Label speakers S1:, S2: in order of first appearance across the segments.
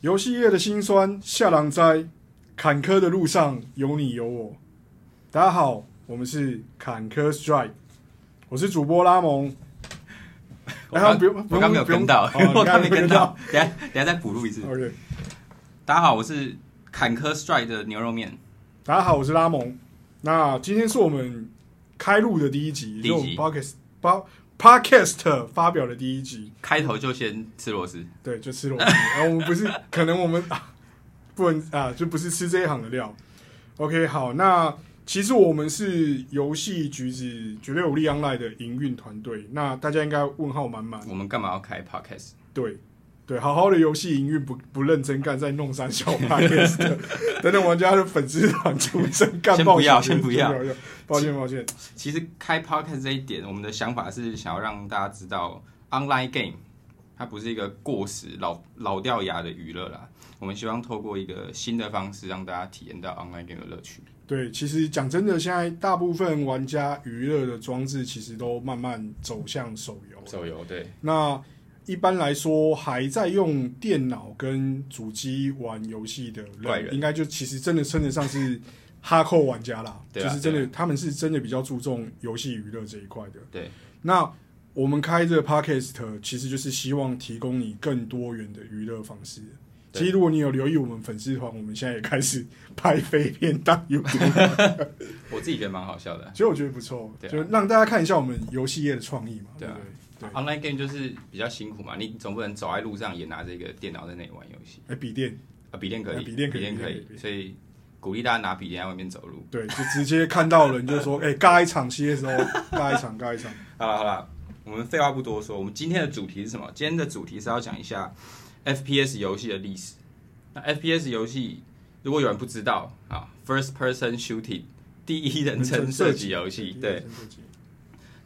S1: 游戏业的辛酸，下狼灾，坎坷的路上有你有我。大家好，我们是坎坷 Strike，我是主播拉蒙。
S2: 我
S1: 然后
S2: 刚
S1: 不用，不用
S2: 我刚没有
S1: 不用
S2: 跟到，
S1: 哦
S2: 我刚
S1: 你
S2: 没
S1: 刚
S2: 跟到，等下等下再补录一次。
S1: OK，
S2: 大家好，我是坎坷 Strike 的牛肉面，
S1: 大家好，我是拉蒙。那今天是我们开录的第一集，
S2: 第一集
S1: 就我们 Podcast 包 Podcast 发表的第一集。
S2: 开头就先吃螺丝，
S1: 对，就吃螺丝。然后我们不是，可能我们、 啊、不能啊，就不是吃这一行的料。OK，好，那其实我们是游戏橘子绝对有力 online 的营运团队，那大家应该问号满满。
S2: 我们干嘛要开 podcast？
S1: 对，对，好好的游戏营运不不认真干，在弄三小 podcast，等等玩家的粉丝团出声干
S2: 先
S1: 爆
S2: 不要
S1: 小
S2: 先不要，
S1: 抱歉抱歉，
S2: 其实开 podcast 这一点，我们的想法是想要让大家知道，online game 它不是一个过时老老掉牙的娱乐啦。我们希望透过一个新的方式，让大家体验到 online game 的乐趣。
S1: 对，其实讲真的，现在大部分玩家娱乐的装置其实都慢慢走向手游了。
S2: 手游对，
S1: 那一般来说，还在用电脑跟主机玩游戏的
S2: 怪
S1: 人，
S2: 人
S1: 应该就其实真的称得上是 哈扣玩家啦，
S2: 对啊
S1: 就是真的
S2: 对，
S1: 他们是真的比较注重游戏娱乐这一块的。
S2: 对，
S1: 那我们开这个 podcast 其实就是希望提供你更多元的娱乐方式。
S2: 对
S1: 其实，如果你有留意我们粉丝团，我们现在也开始拍飞片当 YouTube，
S2: 我自己觉得蛮好笑的。
S1: 其实我觉得不错，
S2: 对啊
S1: 就让大家看一下我们游戏业的创意嘛，对
S2: 对
S1: 不
S2: 啊
S1: 对？对，
S2: online game 就是比较辛苦嘛，你总不能走在路上也拿着一个电脑在那里玩游戏
S1: 哎，笔电。
S2: 啊，笔电可
S1: 啊
S2: 以，
S1: 笔电可以
S2: 可
S1: 笔电可以
S2: 以，所以鼓励大家拿笔电在外面走路。
S1: 对，就直接看到人就说，哎、尬一场 CSO，尬一场，尬一 场。
S2: 好了好了，我们废话不多说，我们今天的主题是什么？今天的主题是要讲一下 FPS 游戏的历史。那 FPS 游戏如果有人不知道啊，First Person Shooting 第一人称射击游戏，对，，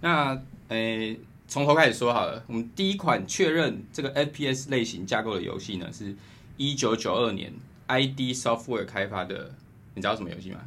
S2: 那诶，从头开始说好了。我们第一款确认这个 FPS 类型架构的游戏呢，是一九九二年 ID Software 开发的。你知道什么游戏吗？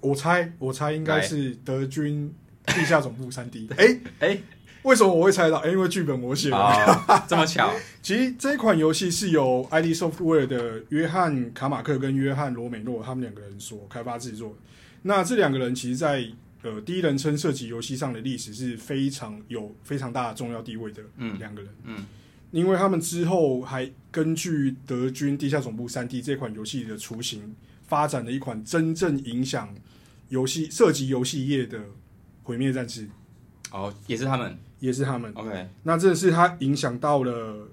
S1: 我猜，我猜应该是德军地下总部三 D。哎、
S2: 哎、
S1: 为什么我会猜到？哎、因为剧本我写的。
S2: 啊，这么巧，
S1: 其实这款游戏是由 ID Software 的约翰·卡马克跟约翰·罗美诺他们两个人所开发制作的。那这两个人其实在，呃第一人称射击游戏上的历史是非常有非常大的重要地位的
S2: 嗯
S1: 两个人。
S2: 嗯，
S1: 因为他们之后还根据德军地下总部三 D 这款游戏的雏形，发展了一款真正影响游戏涉及游戏业的《毁灭战士》，
S2: 哦，也是他们。
S1: 也是他们。
S2: OK，
S1: 那这是它影响到了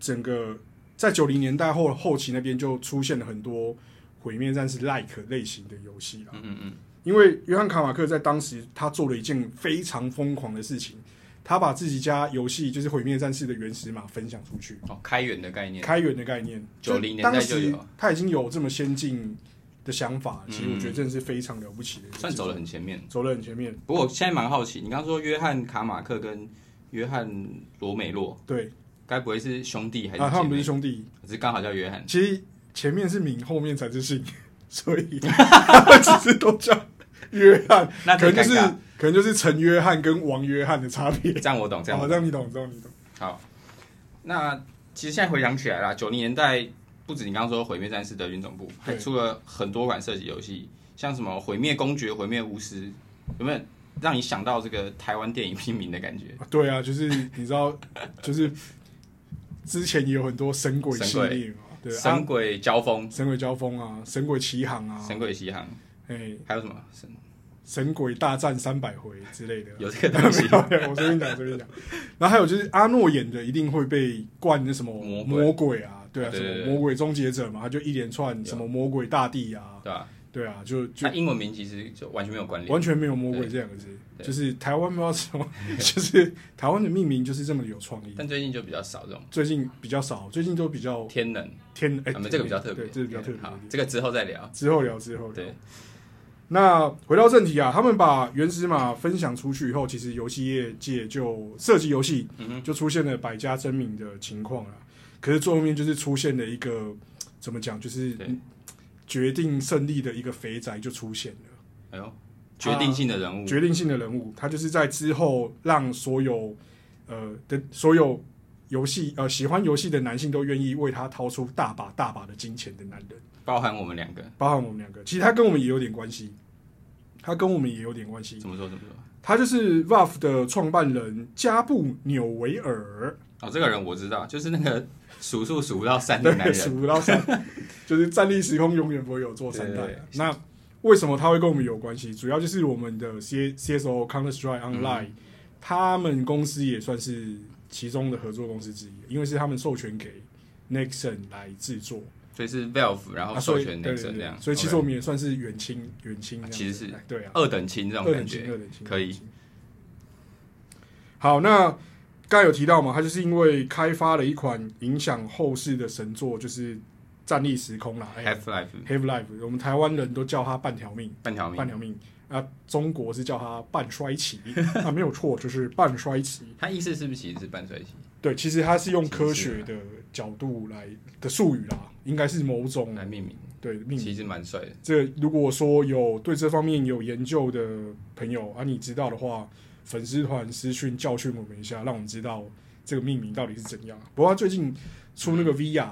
S1: 整个在九零年代后后期那边就出现了很多《毁灭战士》like 类型的游戏啦。
S2: 嗯嗯嗯，
S1: 因为约翰卡马克在当时他做了一件非常疯狂的事情，他把自己家游戏就是《毁灭战士》的原始码分享出去。
S2: 哦，开源的概念，
S1: 开源的概念，
S2: 90年代就有
S1: 当时他已经有这么先进的想法，
S2: 嗯
S1: 其实我觉得真的是非常了不起的一个技术，
S2: 算走得很前面。
S1: 走了很前面。
S2: 不过我现在蛮好奇，你刚刚说约翰卡马克跟约翰罗美洛，
S1: 对
S2: 该不会是兄弟还是姐妹？
S1: 啊，他们不是兄弟，
S2: 只是刚好叫约翰。
S1: 其实前面是敏，后面才是姓，所以 他们只是都叫约翰，
S2: 那
S1: 可
S2: 更
S1: 能就
S2: 尴
S1: 是
S2: 尬。
S1: 可能就是陈约翰跟王约翰的差别。
S2: 这样我懂，这样我
S1: 好，
S2: 懂。
S1: 让你懂，让你懂。
S2: 好，那其实现在回想起来啦，九零年代不止你刚刚说《毁灭战士》德军总部，还
S1: 对
S2: 出了很多款射击游戏，像什么《毁灭公爵》《毁灭巫师》，有没有让你想到这个台湾电影命名的感觉？
S1: 啊对啊，就是你知道，就是之前也有很多神鬼系
S2: 神鬼
S1: 列嘛，对啊
S2: 神，鬼交锋、
S1: 神鬼交锋啊，神鬼奇航啊，
S2: 神鬼西航，
S1: 哎，
S2: 还有什么神
S1: 神鬼大战三百回之类的。？
S2: 有这个东西
S1: 没有我随便讲随便讲。然后还有就是阿诺演的一定会被冠那什么
S2: 魔鬼
S1: 魔鬼啊，对啊，
S2: 对
S1: 什
S2: 对
S1: 么
S2: 对
S1: 魔鬼终结者嘛，他就一连串
S2: 有
S1: 什么魔鬼大帝啊，
S2: 对吧、
S1: 对啊，就就
S2: 它英文名其实就完全没有关联。
S1: 完全没有魔鬼这两个字，
S2: 对
S1: 就是台湾不知道什 么，就是台湾的命名就是这么的有创意。
S2: 但最近就比较少这种
S1: 最近比较少，最近都比较
S2: 天能，
S1: 天哎，
S2: 我啊们这个比较特别，
S1: 对，这个比较特别一
S2: 好
S1: 点。，
S2: 这个之后再聊。
S1: 之后聊，之后聊。
S2: 对，
S1: 那回到正题啊，他们把原始码分享出去以后，其实游戏业界就涉及游戏
S2: 嗯哼，
S1: 就出现了百家争鸣的情况了。可是最后面就是出现了一个怎么讲，就是
S2: 对
S1: 嗯决定胜利的一个肥宅就出现了，
S2: 哎呦，决定性的
S1: 啊
S2: 人物，
S1: 决定性的人物，他就是在之后让所有呃的所有游戏呃喜欢游戏的男性都愿意为他掏出大把大把的金钱的男人，
S2: 包含我们两个，
S1: 包含我们两个。其实他跟我们也有点关系，他跟我们也有点关系。
S2: 怎么说怎么说？
S1: 他就是 Ruff 的创办人加布纽维尔，
S2: 哦，这个人我知道，就是那 个数数数不到三的男
S1: 对，
S2: 人，
S1: 数不到三，就是站立时空永远不会有做三代
S2: 对
S1: 啊。那为什么他会跟我们有关系？主要就是我们的 C C S O Counter Strike Online，、他
S2: 嗯
S1: 们公司也算是其中的合作公司之一，因为是他们授权给 Nexon 来制作，
S2: 所以是 Valve，然后
S1: 啊所
S2: 哦授
S1: 以
S2: 权
S1: 对
S2: Nexon
S1: 对
S2: 这
S1: 对
S2: 样，
S1: 所以其实
S2: OK
S1: 我们也算是远亲远亲这样子，
S2: 其实是
S1: 对啊，
S2: 二等亲这种
S1: 二
S2: 感
S1: 等亲，
S2: 觉，
S1: 二等亲
S2: 可以。
S1: 二等亲好，那刚才有提到嘛，他就是因为开发了一款影响后世的神作，就是《战力时空》啦，哎
S2: Half Life
S1: Have Life，我们台湾人都叫它半条命，
S2: 半条命
S1: 半，条命啊，中国是叫它半衰期 啊，没有错，就是半衰期。
S2: 他意思是不是其实是半衰期？
S1: 对，其实它是用科
S2: 其实
S1: 学的角度来的术语啦，应该是某种
S2: 来命名，
S1: 对嗯命
S2: 其实蛮帅的。
S1: 这如果说有对这方面有研究的朋友啊，你知道的话，粉丝团私讯教训我们一下，让我们知道这个命名到底是怎样。不过他最近出那个 VR、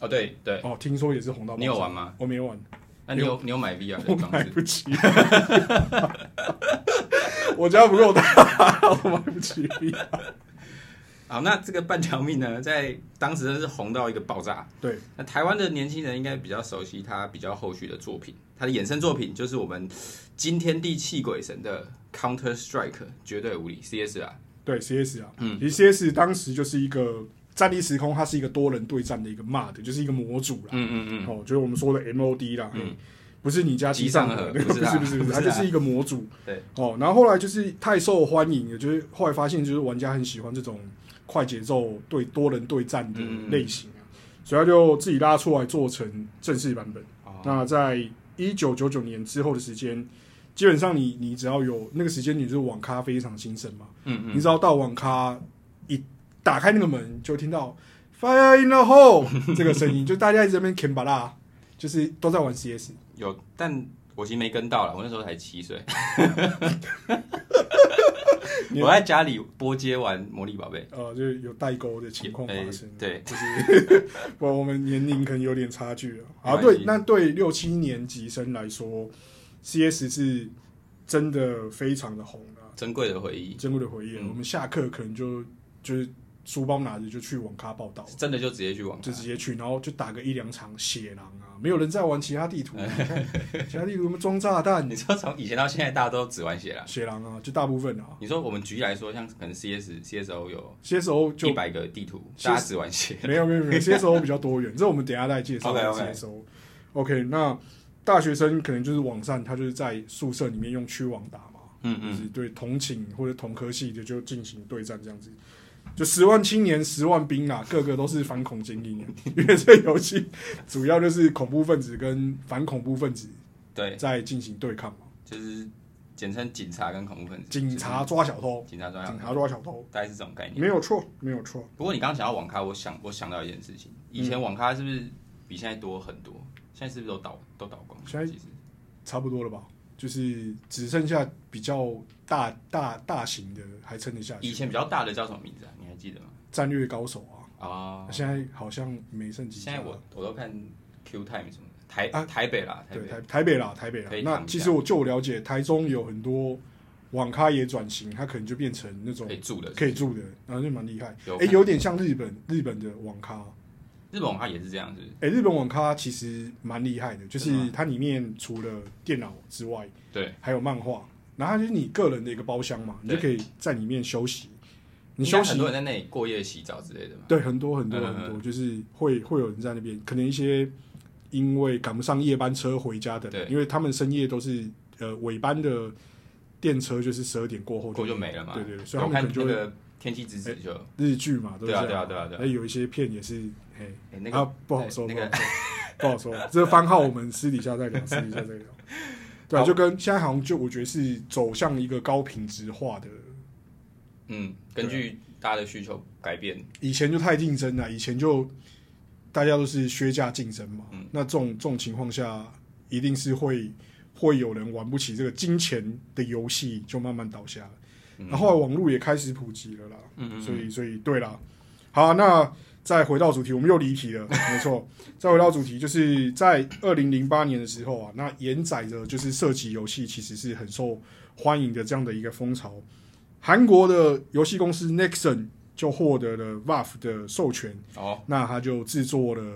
S2: 哦，对对，
S1: 哦，听说也是红到爆炸
S2: 嗯你有玩吗？
S1: 我没玩，
S2: 那你有你有买 VR
S1: 哎我
S2: 的装
S1: 买
S2: 置？
S1: 不起，我家不够大，我买不起 VR。
S2: 好，那这个半条命呢，在当时真的是红到一个爆炸。
S1: 对，
S2: 那台湾的年轻人应该比较熟悉他比较后续的作品，他的衍生作品就是我们惊天地泣鬼神的 Counter Strike 绝对无理 CS 啊，
S1: 对 CS 啊，
S2: 嗯
S1: 其实 CS 当时就是一个战地时空，它是一个多人对战的一个 MOD，就是一个模组啦。
S2: 嗯嗯嗯，
S1: 哦，就是我们说的 MOD 啦，嗯、不是你家机上盒，
S2: 机上盒
S1: 不
S2: 不是啊
S1: 是不是不是，
S2: 不是
S1: 它
S2: 啊
S1: 就是一个模组。
S2: 对，
S1: 哦，然后后来就是太受欢迎，也就是后来发现就是玩家很喜欢这种快节奏对多人对战的
S2: 嗯
S1: 类型啊，所以他就自己拉出来做成正式版本。
S2: 哦，
S1: 那在一九九九年之后的时间，基本上你你只要有那个时间，你就是网咖非常兴盛嘛，
S2: 嗯
S1: 你只要到网咖一打开那个门，就听到 “fire in the hole” 这个声 音，就大家一直在那边 k 巴拉，就是都在玩 CS。
S2: 嗯，有，但我其实没跟到啊了，我那时候才 七岁，
S1: 你
S2: 我在家里播接玩魔力宝贝，
S1: 呃，就是有代沟的情况发
S2: 哎
S1: 生，
S2: 对，
S1: 就是 我我们年龄可能有点差距了啊。
S2: 没关
S1: 对
S2: 系，
S1: 那对六七年级生来说，CS 是真的非常的红啊，
S2: 珍贵的回忆，
S1: 珍贵的回忆了。
S2: 嗯
S1: 我们下课可能就就是书包拿着就去网咖报道，
S2: 真的就直接去网咖
S1: 就直接去，然后就打个一两场血狼啊，没有人在玩其他地图啊，你 看其他地图什么装炸弹
S2: 你、说从以前到现在，大家都只玩血啦。
S1: 血狼啊，就大部分啊
S2: 你说我们局来说，像可能 CS、CSO 有
S1: ，CSO
S2: 一
S1: 就
S2: 百个地图，
S1: 其实
S2: 大家只玩血。
S1: 没有没有 没有，CSO 比较多元，这我们等一下再介绍
S2: OK，OK
S1: CSO。OK，那大学生可能就是网站，他就是在宿舍里面用区网打嘛，
S2: 嗯
S1: 就
S2: 嗯，
S1: 是对同寝或者同科系的就进行对战这样子。就十万青年十万兵啊，个个都是反恐精英啊，因为这游戏主要就是恐怖分子跟反恐怖分子
S2: 对，
S1: 在进行对抗嘛。
S2: 就是简称警察跟恐怖分子。
S1: 警察抓小偷
S2: 就，是警察抓小
S1: 警
S2: 偷，
S1: 察抓小偷，
S2: 大概是这种概念。
S1: 没有错，没有错。
S2: 不过你刚刚讲到网咖，我想我想到一件事情，以前网咖是不是比现在多很多？现在是不是都倒都倒光了？
S1: 现在
S2: 其实
S1: 差不多了吧？就是只剩下比较大大大型的还撑得下
S2: 以
S1: 去，
S2: 前比较大的叫什么名字啊？你还记得吗？
S1: 战略高手啊，
S2: 哦，
S1: 现在好像没剩几家了。
S2: 现在我我都看 Q Time 什么的，台
S1: 啊
S2: 台北啦，台
S1: 对
S2: 北
S1: 台台北啦，台北啦
S2: 可以。
S1: 那
S2: 扛一下
S1: 其实我就我了解，台中有很多网咖也转型，它可能就变成那种
S2: 可以住的。
S1: 可以住的，然后就蛮厉害。
S2: 有
S1: 哎、有点像日本日本的网咖。
S2: 日本网咖也是这样，是不是？
S1: 哎、日本网咖其实蛮厉害的，就
S2: 真的
S1: 是它里面除了电脑之外，
S2: 对，
S1: 还有漫画，然后它就是你个人的一个包厢嘛，你就可以在里面休息。你
S2: 应该
S1: 休息
S2: 很，多人在那里过夜、洗澡之类的嘛。
S1: 对，很多很多
S2: 嗯
S1: 很多，就是会会有人在那边，可能一些因为赶不上夜班车回家的
S2: 对
S1: 人，因为他们深夜都是呃尾班的电车，就是十二点过后
S2: 过就没了嘛。
S1: 对对对，所以他
S2: 我
S1: 们可
S2: 看
S1: 能就
S2: 那
S1: 会
S2: 个天气之子就，
S1: 日剧嘛，都是
S2: 对啊
S1: 这样
S2: 对啊对啊对啊
S1: 那哎有一些片也是，嘿，
S2: 哎那个
S1: 啊不好说，
S2: 那
S1: 不
S2: 个
S1: 好说，不好说，这个番号我们私底下再聊，私底下 再聊。对啊，
S2: 好
S1: 就跟现在好像就我觉得是走向一个高品质化的
S2: 嗯，根据大家的需求改变，
S1: 以前就太竞争了，以前就大家都是削价竞争嘛。
S2: 嗯
S1: 那这种这种情况下，一定是会会有人玩不起这个金钱的游戏，就慢慢倒下了。然后后来网络也开始普及了啦，
S2: 嗯嗯嗯嗯
S1: 所以所以对啦。好，那再回到主题，我们又离 题了，没错。再回到主题，就是在二零零八年的时候啊，那延载着就是射击游戏其实是很受欢迎的这样的一个风潮。韩国的游戏公司 Nexon 就获得了 VAF 的授权，
S2: 哦
S1: 那他就制作了《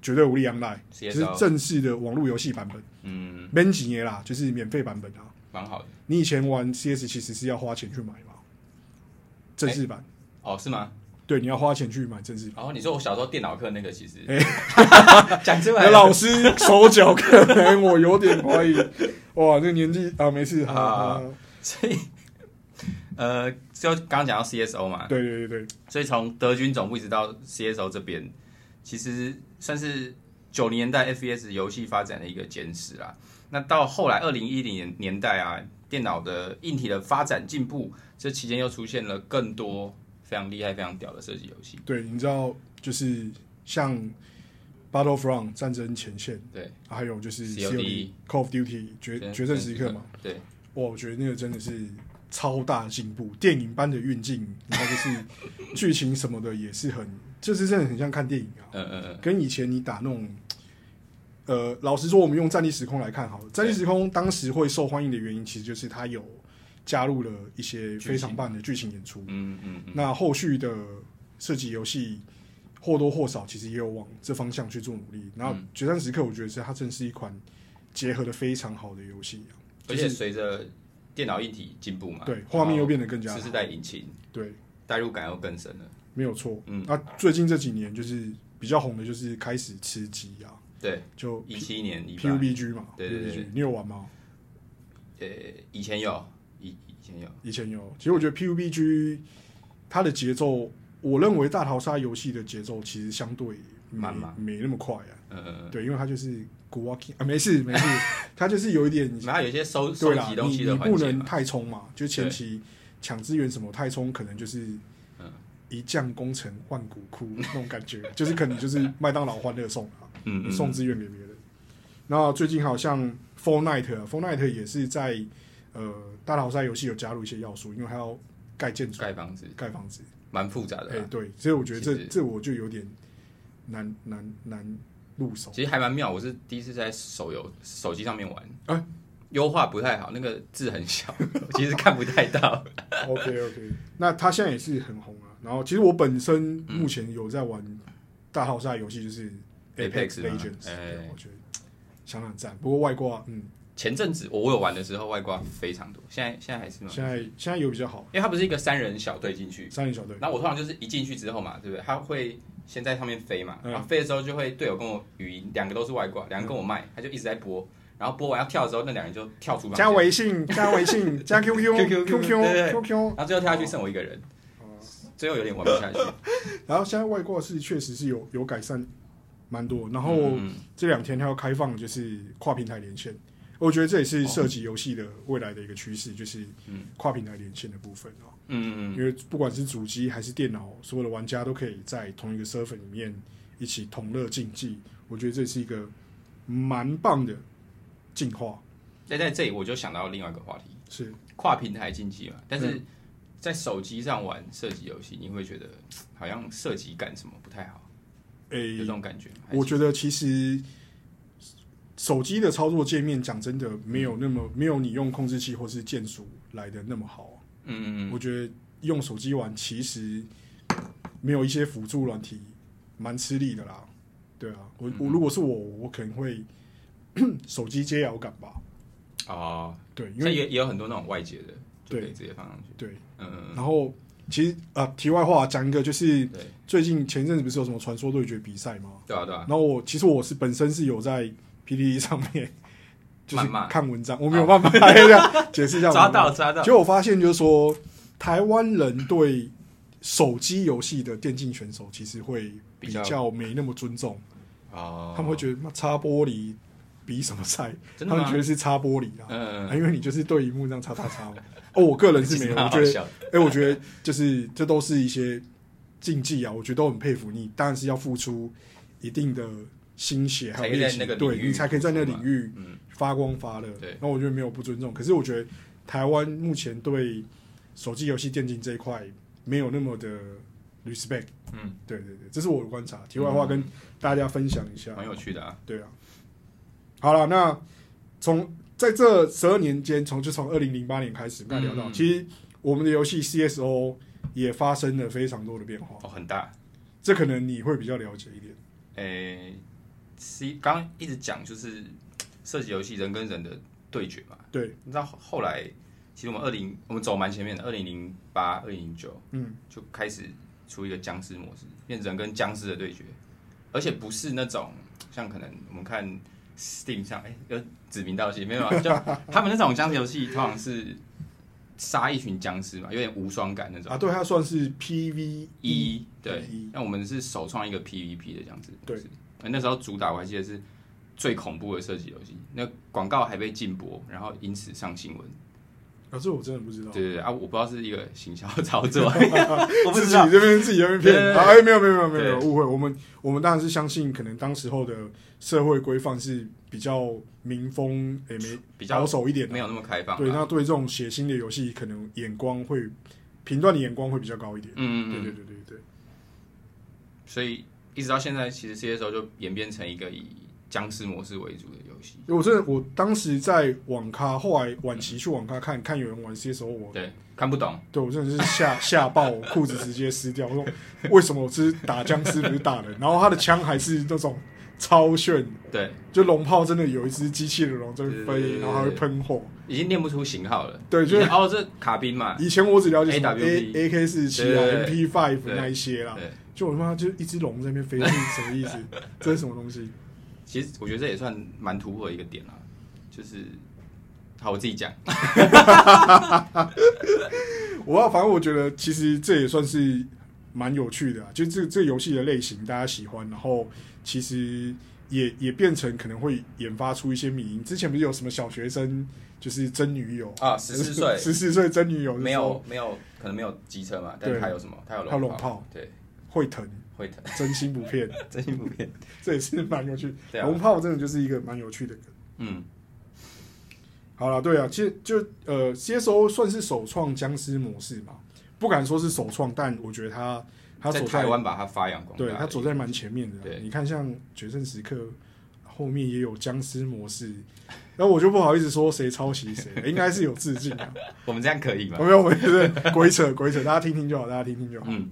S1: 绝对无力 Online》，就是
S2: ，CSO，
S1: 正式的网络游戏版本，
S2: 嗯，
S1: 没几年啦，就是免费版本啊。
S2: 蛮好的。
S1: 你以前玩 CS 其实是要花钱去买嘛，正式版，
S2: 哦，是吗？哦
S1: 对，你要花钱去买正式版。
S2: 然后你说我小时候电脑课那个，其
S1: 哎
S2: 实讲出来
S1: 老
S2: 了，
S1: 师手脚可能我有点怀疑，哇，这年纪啊，没事，好好
S2: 啊
S1: 好
S2: 所以呃，就刚刚讲到 CSO 嘛，
S1: 对对对对，
S2: 所以从德军总部一直到 CSO 这边，其实算是九零年代 FPS 游戏发展的一个坚持啦。那到后来二零一零年年代啊，电脑的硬体的发展进步，这期间又出现了更多非常厉害、非常屌的射击游戏。
S1: 对，你知道就是像 Battlefront 战争前线，
S2: 对，
S1: 还有就是
S2: COD
S1: Call of Duty 决决胜时刻嘛，，
S2: 对，
S1: 哇，我觉得那个真的是超大进步，电影般的运镜，然后就是 剧情什么的也是很，就是真的很像看电影啊。
S2: 嗯嗯嗯，
S1: 跟以前你打那种，呃，老实说，我们用《战地时空》来看好了，《战地时空》当时会受欢迎的原因，其实就是它有加入了一些非常棒的剧情演出。
S2: 嗯嗯嗯，
S1: 那后续的射击游戏或多或少其实也有往这方向去做努力。然后《
S2: 嗯
S1: 决战时刻》，我觉得是它真是一款结合的非常好的游戏啊、
S2: 而且随着电脑硬体进步嘛，
S1: 对，画面又变得更加
S2: 次世
S1: 好
S2: 代引擎，
S1: 对，
S2: 代入感又更深了。
S1: 没有错。
S2: 嗯
S1: 那、最近这几年就是比较红的，就是开始吃鸡啊，
S2: 对，
S1: 就
S2: 一七年一八，
S1: PUBG 嘛，
S2: 对对对
S1: PUBG，你有玩吗？
S2: 呃，以前有，以以前有，
S1: 以前有，其实我觉得 PUBG 它的节奏，我认为大逃杀游戏的节奏其实相对没
S2: 慢嘛
S1: 没那么快啊。
S2: 嗯嗯嗯。
S1: 对，因为它就是古瓦 king 啊，没事没事，它就是有一 点
S2: 然后有一些收收
S1: 对啦
S2: 集，东
S1: 你
S2: 西
S1: 你
S2: 的环
S1: 不
S2: 节
S1: 能
S2: 嘛，
S1: 太冲嘛，就前期抢资源什么太冲，可能就是
S2: 嗯
S1: 一将功成万骨 枯那种感觉，就是可能就是麦当劳欢乐颂啊，
S2: 嗯
S1: 你送资源给别人。那最近好像 f o r n i t e f o r n i t e 也是在呃大逃杀游戏有加入一些要素，因为它要盖建筑、
S2: 盖房子
S1: 盖房子。
S2: 蛮复杂
S1: 哎、
S2: 的啦，
S1: 对，所以我觉得这
S2: 其实
S1: 这我就有点难难难入手。
S2: 其实还蛮妙。我是第一次在手游手机上面玩，
S1: 哎
S2: 优化不太好，那个字很小， 我其实看不太到。
S1: OK OK，那他现在也是很红啊。然后其实我本身目前有在玩大号赛游戏，就是
S2: Apex 吗
S1: Legends，、
S2: 哎
S1: 对我觉得想想赞。不过外挂，嗯，
S2: 前阵子我我有玩的时候，外挂非常多，现在现在还是吗？
S1: 现在现在有比较好，
S2: 因为它不是一个三人小队进去，
S1: 三人小队，
S2: 然后我通常就是一进去之后嘛，对不对？他会先在上面飞嘛，
S1: 嗯
S2: 然后飞的时候就会队友跟我语音，两个都是外挂，两个跟我麦，他就一直在播，然后播完要跳的时候，那两人就跳出房
S1: 加
S2: 间，
S1: 微信，加微 信，加 QQ
S2: QQ
S1: QQ
S2: 对
S1: QQ，
S2: 然后最后跳下去剩我一个人，最后有点玩不下去。
S1: 然后现在外挂是确实是有有改善蛮多， 然后。
S2: 嗯嗯
S1: 这两天它要开放就是跨平台连线，我觉得这也是涉及游戏的未来的一个趋势，就是
S2: 哦嗯
S1: 跨平台连线的部分哦。
S2: 嗯嗯
S1: 因为不管是主机还是电脑，所有的玩家都可以在同一个 server 里面一起同乐竞技，我觉得这是一个蛮棒的进化。
S2: 那在这里我就想到另外一个话题，
S1: 是
S2: 跨平台竞技嘛，但是在手机上玩射击游戏，你会觉得好像射击感什么不太好，有
S1: 诶、
S2: 这种感觉吗。还是
S1: 我觉得其实手机的操作界面讲真的没有那么没有你用控制器或是键鼠来的那么好、啊。
S2: 嗯嗯嗯，
S1: 我觉得用手机玩其实没有一些辅助软体蛮吃力的啦。对啊，我
S2: 嗯
S1: 我如果是我，我可能会 手机接摇杆吧。
S2: 哦，
S1: 对，因
S2: 所以
S1: 为
S2: 也也有很多那种外接的，就可以
S1: 对
S2: 直接放上去。
S1: 对，
S2: 嗯嗯
S1: 然后其实啊、题外话讲一个，就是
S2: 嗯，对
S1: 最近前阵子不是有什么传说对决比赛吗？
S2: 对啊对啊。
S1: 然后我其实我是本身是有在 PPT 上面就是
S2: 谩骂
S1: 看文章，我没有办法这样解释一下我没
S2: 抓
S1: 有办法。
S2: 到抓到
S1: 结，果我发现就是说，台湾人对手机游戏的电竞选手其实会比
S2: 比
S1: 较没那么尊重，
S2: 哦，
S1: 他们会觉得妈擦玻璃比什么赛，
S2: 真
S1: 他
S2: 的
S1: 们
S2: 吗
S1: 觉？得是擦玻璃啊，
S2: 嗯
S1: 啊因为你就是对荧幕这样擦擦擦嘛。哦，我个人是没 有，我觉得，
S2: 得
S1: 哎、我觉得就是这都是一些竞技啊，我觉得都很佩服你，当然是要付出一定的心血还
S2: 才
S1: 有
S2: 可以
S1: 力
S2: 在
S1: 气
S2: 那个，
S1: 对
S2: 领域
S1: 你才可以在那个
S2: 付出
S1: 领
S2: 嘛
S1: 域
S2: 嗯，
S1: 发光发热。
S2: 对
S1: 那我觉得没有不尊重，可是我觉得台湾目前对手机游戏电竞这一块没有那么的 respect。
S2: 嗯，
S1: 对对对，这是我的观察，题外话跟大家分享一下。
S2: 蛮有趣的啊。
S1: 对啊，好了，那从在这十二年间，从就从二零零八年开始，刚才聊到，
S2: 嗯
S1: 其实我们的游戏 CSO 也发生了非常多的变化，
S2: 哦，很大。
S1: 这可能你会比较了解一点。
S2: 诶、c 刚刚一直讲就是设计游戏人跟人的对决嘛。
S1: 对，
S2: 你知道后后来，其实我们二零我们走蛮前面的，二零零八、二零零九
S1: 嗯，
S2: 就开始出一个僵尸模式，变人跟僵尸的对决，而且不是那种像可能我们看 Steam 上，哎、有指名道姓没有啊？就 他们那种僵尸游戏通常是杀一群僵尸嘛，有点无双感那种。
S1: 啊，对，它算是 E PV
S2: 一对
S1: 一，
S2: 那我们是首创一个 PVP 的这样子。
S1: 对
S2: 是，呃那时候主打我还记得是最恐怖的射击游戏，那广告还被禁播，然后因此上新闻。
S1: 啊，这我真的不知道，
S2: 对对对啊，我不知道是一个行销操 作，我不知道
S1: 自己。这边自己这边
S2: 对对
S1: 骗，
S2: 对
S1: 啊哎，没有没有没有没有没有
S2: 对
S1: 误会，我们我们当然是相信，可能当时候的社会规范是比较民风诶没
S2: 比较
S1: 保守一点的
S2: 没，有那么开放啊。
S1: 对，那对这种血腥的游戏，可能眼光会评断的眼光会比较高一点。
S2: 嗯
S1: 对
S2: 嗯
S1: 对
S2: 嗯。
S1: 对对对，
S2: 所以一直到现在，其实 CSO 就演变成一个以僵尸模式为主的游戏。
S1: 我真的我当时在网咖，后来晚期去网咖看看有人玩 CSO，我
S2: 对，看不懂。
S1: 对我真的是吓吓爆，我裤子直接撕掉。我说为什么我只是打僵尸不是打人？然后他的枪还是那种超炫，
S2: 对，
S1: 就龙炮真的有一只机器的龙在那边
S2: 对对对
S1: 飞，
S2: 对
S1: 然后还会喷火。
S2: 已经念不出型号了。
S1: 对就是
S2: 以前哦，这卡宾嘛。
S1: 以前我只了解什么 A
S2: AWP
S1: A K 四七啊、
S2: 对
S1: M P five
S2: 对
S1: 那一些啦，
S2: 对。
S1: 就我他妈就一只龙在那边 飞，是什么意思？这是什么东西？
S2: 其实我觉得这也算蛮突破的一个点啦，就是好，我自己
S1: 啊
S2: 讲，
S1: 我不知啊道，反正我觉得其实这也算是蛮有趣的啊，就这这游戏的类型大家喜欢，然后其实也也变成可能会研发出一些迷因。之前不是有什么小学生就是真女友
S2: 啊14 岁
S1: 十四岁真女友
S2: 没有没有可能没有机车嘛，但是
S1: 对
S2: 它有什么？它有
S1: 它有
S2: 龙
S1: 龙炮，
S2: 对，
S1: 会疼，
S2: 会疼，
S1: 真心不骗，
S2: 真心不骗，
S1: 这也是蛮有趣。
S2: 对啊
S1: 龙炮真的就是一个蛮有趣的梗。
S2: 嗯，
S1: 好了，对啊，其实就呃，CSO 算是首创僵尸模式嘛，不敢说是首创，但我觉得他他
S2: 在
S1: 走
S2: 台湾把它发扬光大，
S1: 对他走在蛮前面的啊。
S2: 对
S1: 你看，像《决胜时刻》后面也有僵尸模式，然后我就不好意思说谁抄袭谁，应该是有致敬 啊。
S2: 我们这样可以吗
S1: 没？有，我们就是鬼扯鬼扯，大家听听就好，大家听听就好。
S2: 嗯，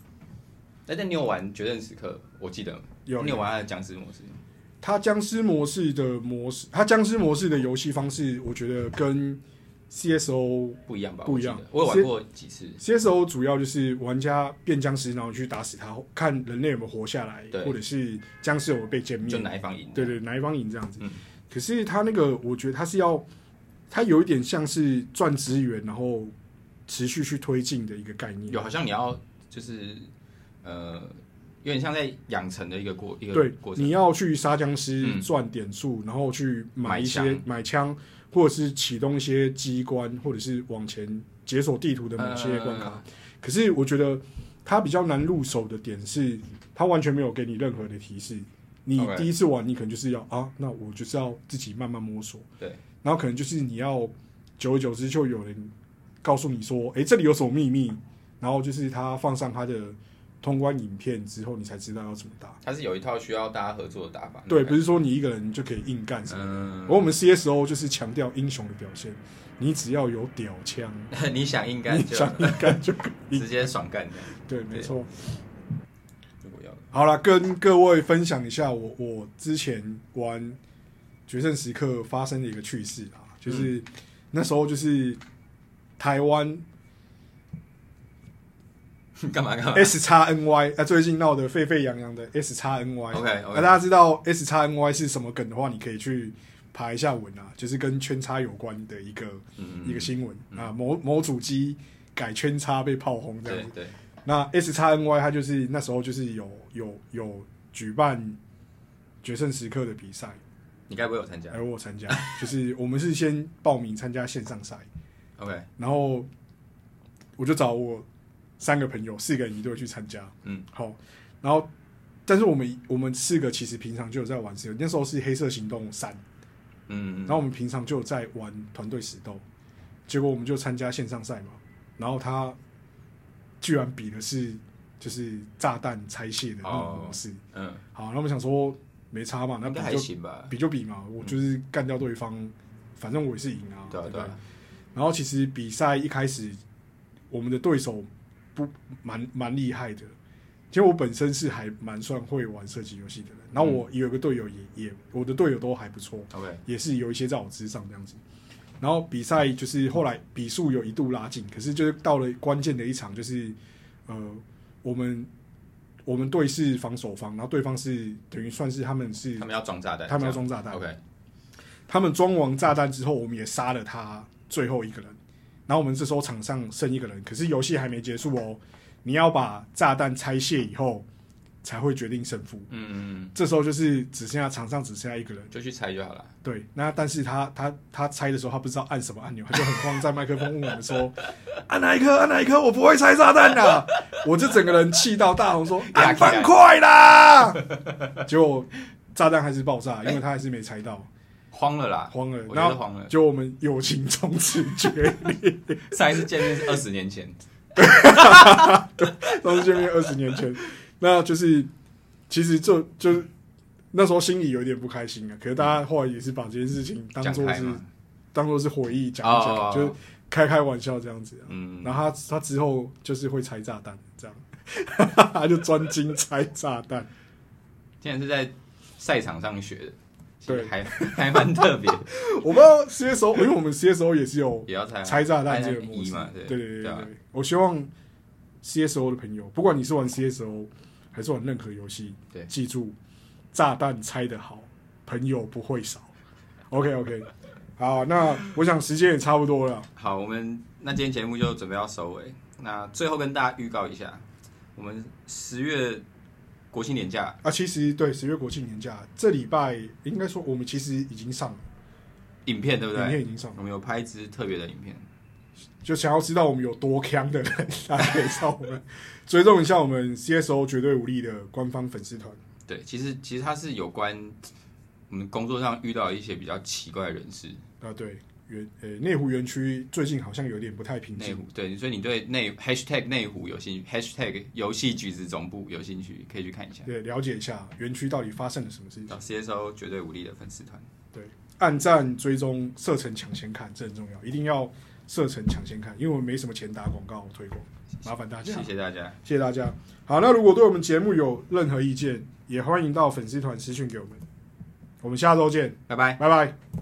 S2: 但是你有玩《决胜时刻》，我记得
S1: 有
S2: 你有玩它的僵尸模式，
S1: 它僵尸模式的模式，它僵尸模式的游戏方式，我觉得跟 CSO
S2: 不一样吧？
S1: 不一样
S2: 我记得我有玩过几次，
S1: CSO 主要就是玩家变僵尸，然后去打死他，看人类有没有活下来，
S2: 对
S1: 或者是僵尸有没有被歼灭
S2: 就。哪一方赢？啊
S1: 对，对，哪一方赢这样子。
S2: 嗯
S1: 可是他那个，我觉得他是要，他有一点像是赚资源，然后持续去推进的一个概念。
S2: 有好像你要就是呃，有点像在养成的一个过一个
S1: 对
S2: 过，程
S1: 你，要去杀僵尸
S2: 嗯
S1: 赚点数，然后去买一些
S2: 买枪
S1: 买枪，或者是启动一些机关，或者是往前解锁地图的某些关卡。
S2: 呃
S1: 可是我觉得它比较难入手的点是，它完全没有给你任何的提示。你
S2: OK
S1: 第一次玩，你可能就是要啊，那我就是要自己慢慢摸索。
S2: 对，
S1: 然后可能就是你要久而久之就有人告诉你说，诶，这里有什么秘密，然后就是他放上他的通关影片之后，你才知道要怎么打。
S2: 它是有一套需要大家合作的打法。
S1: 对，不是说你一个人就可以硬干什么。
S2: 嗯
S1: 而，我们 CSO 就是强调英雄的表现，你只要有屌枪，
S2: 你想应该
S1: 你
S2: 就
S1: 想硬干就可以。
S2: 直接爽干的，
S1: 对，没错。
S2: 如果要
S1: 好了，跟各位分享一下我我之前玩《决胜时刻》发生的一个趣事啊，就是、那时候就是台湾
S2: 干嘛干嘛
S1: S x N Y 啊，最近闹得沸沸扬扬的 S x N Y。啊
S2: OK，OK
S1: 那大家知道 S x N Y 是什么梗的话，你可以去爬一下文啊，就是跟圈叉有关的一个、
S2: 嗯
S1: 一个新闻、啊，某某主机改圈叉被炮轰这样
S2: 对
S1: 子。
S2: 对，
S1: 那 S x N Y 它就是那时候就是有有有举办决胜时刻的比赛，
S2: 你该不会有参加
S1: 而我参加，就是我们是先报名参加线上赛，
S2: ？OK，
S1: 然后我就找我三个朋友，四个人一队去参加。
S2: 嗯，
S1: 好，然后但是我们我们四个其实平常就有在玩这个，那时候是黑色行动三，
S2: 嗯，
S1: 然后我们平常就有在玩团队死斗，结果我们就参加线上赛嘛，然后他居然比的是就是炸弹拆卸的那种模式。
S2: 嗯，
S1: 好，那我们想说没差嘛，那
S2: 应
S1: 比
S2: 该还
S1: 就
S2: 行吧。
S1: 比就比嘛，我就是干掉对方，反正我也是赢啊，
S2: 对啊
S1: 不
S2: 对啊，
S1: 然后其实比赛一开始，我们的对手不蛮蛮厉害的。其实我本身是还蛮算会玩射击游戏的人，然后
S2: 嗯
S1: 我有一个队友也也，我的队友都还不错，
S2: OK，
S1: 也是有一些在我之上这样子。然后比赛就是后来比数有一度拉近，可是就是到了关键的一场，就是呃，我们我们队是防守方，然后对方是等于算是他们是
S2: 他们要装炸弹，
S1: 他们要
S2: 这样
S1: 装炸弹，
S2: OK，
S1: 他们装完炸弹之后，我们也杀了他最后一个人。然后我们这时候场上剩一个人，可是游戏还没结束哦。你要把炸弹拆卸以后，才会决定胜负。
S2: 嗯，嗯
S1: 这时候就是只剩下场上只剩下一个人
S2: 嗯，就去猜就好了。
S1: 对，那但是他他他猜的时候，他不知道按什么按钮，他就很慌，在麦克风问我们说：“ 按哪一颗？按哪一颗？我不会拆炸弹的、啊 我这整个人气到大吼说：“
S2: 压
S1: 按
S2: 起
S1: 方
S2: 来
S1: 块啦！”结果炸弹还是爆炸，因为他还是没猜到，
S2: 慌了啦，
S1: 慌了。
S2: 我
S1: 然
S2: 觉
S1: 后
S2: 得慌了。
S1: 就我们友情从此决裂，
S2: 上一次见面是二十年前，
S1: 当时见面二十年前，那就是其实就就是那时候心里有点不开心啊，可是大家后来也是把这件事情 当
S2: 讲
S1: 做
S2: 开
S1: 是
S2: 嘛，
S1: 当做是回忆讲一讲，
S2: 哦
S1: 就是开开玩笑这样子啊、
S2: 嗯，
S1: 然后他他之后就是会拆炸弹这样， 他就专精拆炸 弹。
S2: 竟然是在赛场上学的，其实
S1: 对
S2: 还 还蛮特别，
S1: 我不知道 CSO，因为我们 CSO 也是有
S2: 也要 猜
S1: 拆炸弹这个模
S2: 一
S1: 式
S2: 嘛，对
S1: 对对对对
S2: 啊
S1: 对，我希望 CSO 的朋友，不管你是玩 CSO 还是玩任何游戏，
S2: 对
S1: 记住炸弹拆得好，朋友不会少。OK OK，好，那我想时间也差不多了。
S2: 好，我们那今天节目就准备要收尾。那最后跟大家预告一下，我们十月国庆年假，
S1: 啊，其实对十月国庆年假，这礼拜应该说我们其实已经上了，
S2: 影片对不
S1: 影
S2: 对？
S1: 片已经上了，
S2: 我们有拍一支特别的影片，
S1: 就想要知道我们有多强的人，大家可以上我们追踪一下我们 CSO 绝对武力的官方粉丝团。
S2: 对，其实其实它是有关我们工作上遇到一些比较奇怪的人士，
S1: 啊，对，园呃内湖园区最近好像有点不太平
S2: 内
S1: 静。
S2: 湖对，所以你对内 hashtag 内湖有兴趣，hashtag 游戏橘子总部有兴趣，可以去看一下。
S1: 对，了解一下园区到底发生了什么事情。
S2: 到 CSO 绝对无力的粉丝团，
S1: 按赞、追踪、射程抢先看，这很重要，一定要射程抢先看，因为我们没什么钱打广告推广，麻烦大家，
S2: 谢谢大家。
S1: 谢谢大家。好，那如果对我们节目有任何意见，也欢迎到粉丝团私讯给我们。我们下周见，
S2: 拜拜。
S1: 拜拜。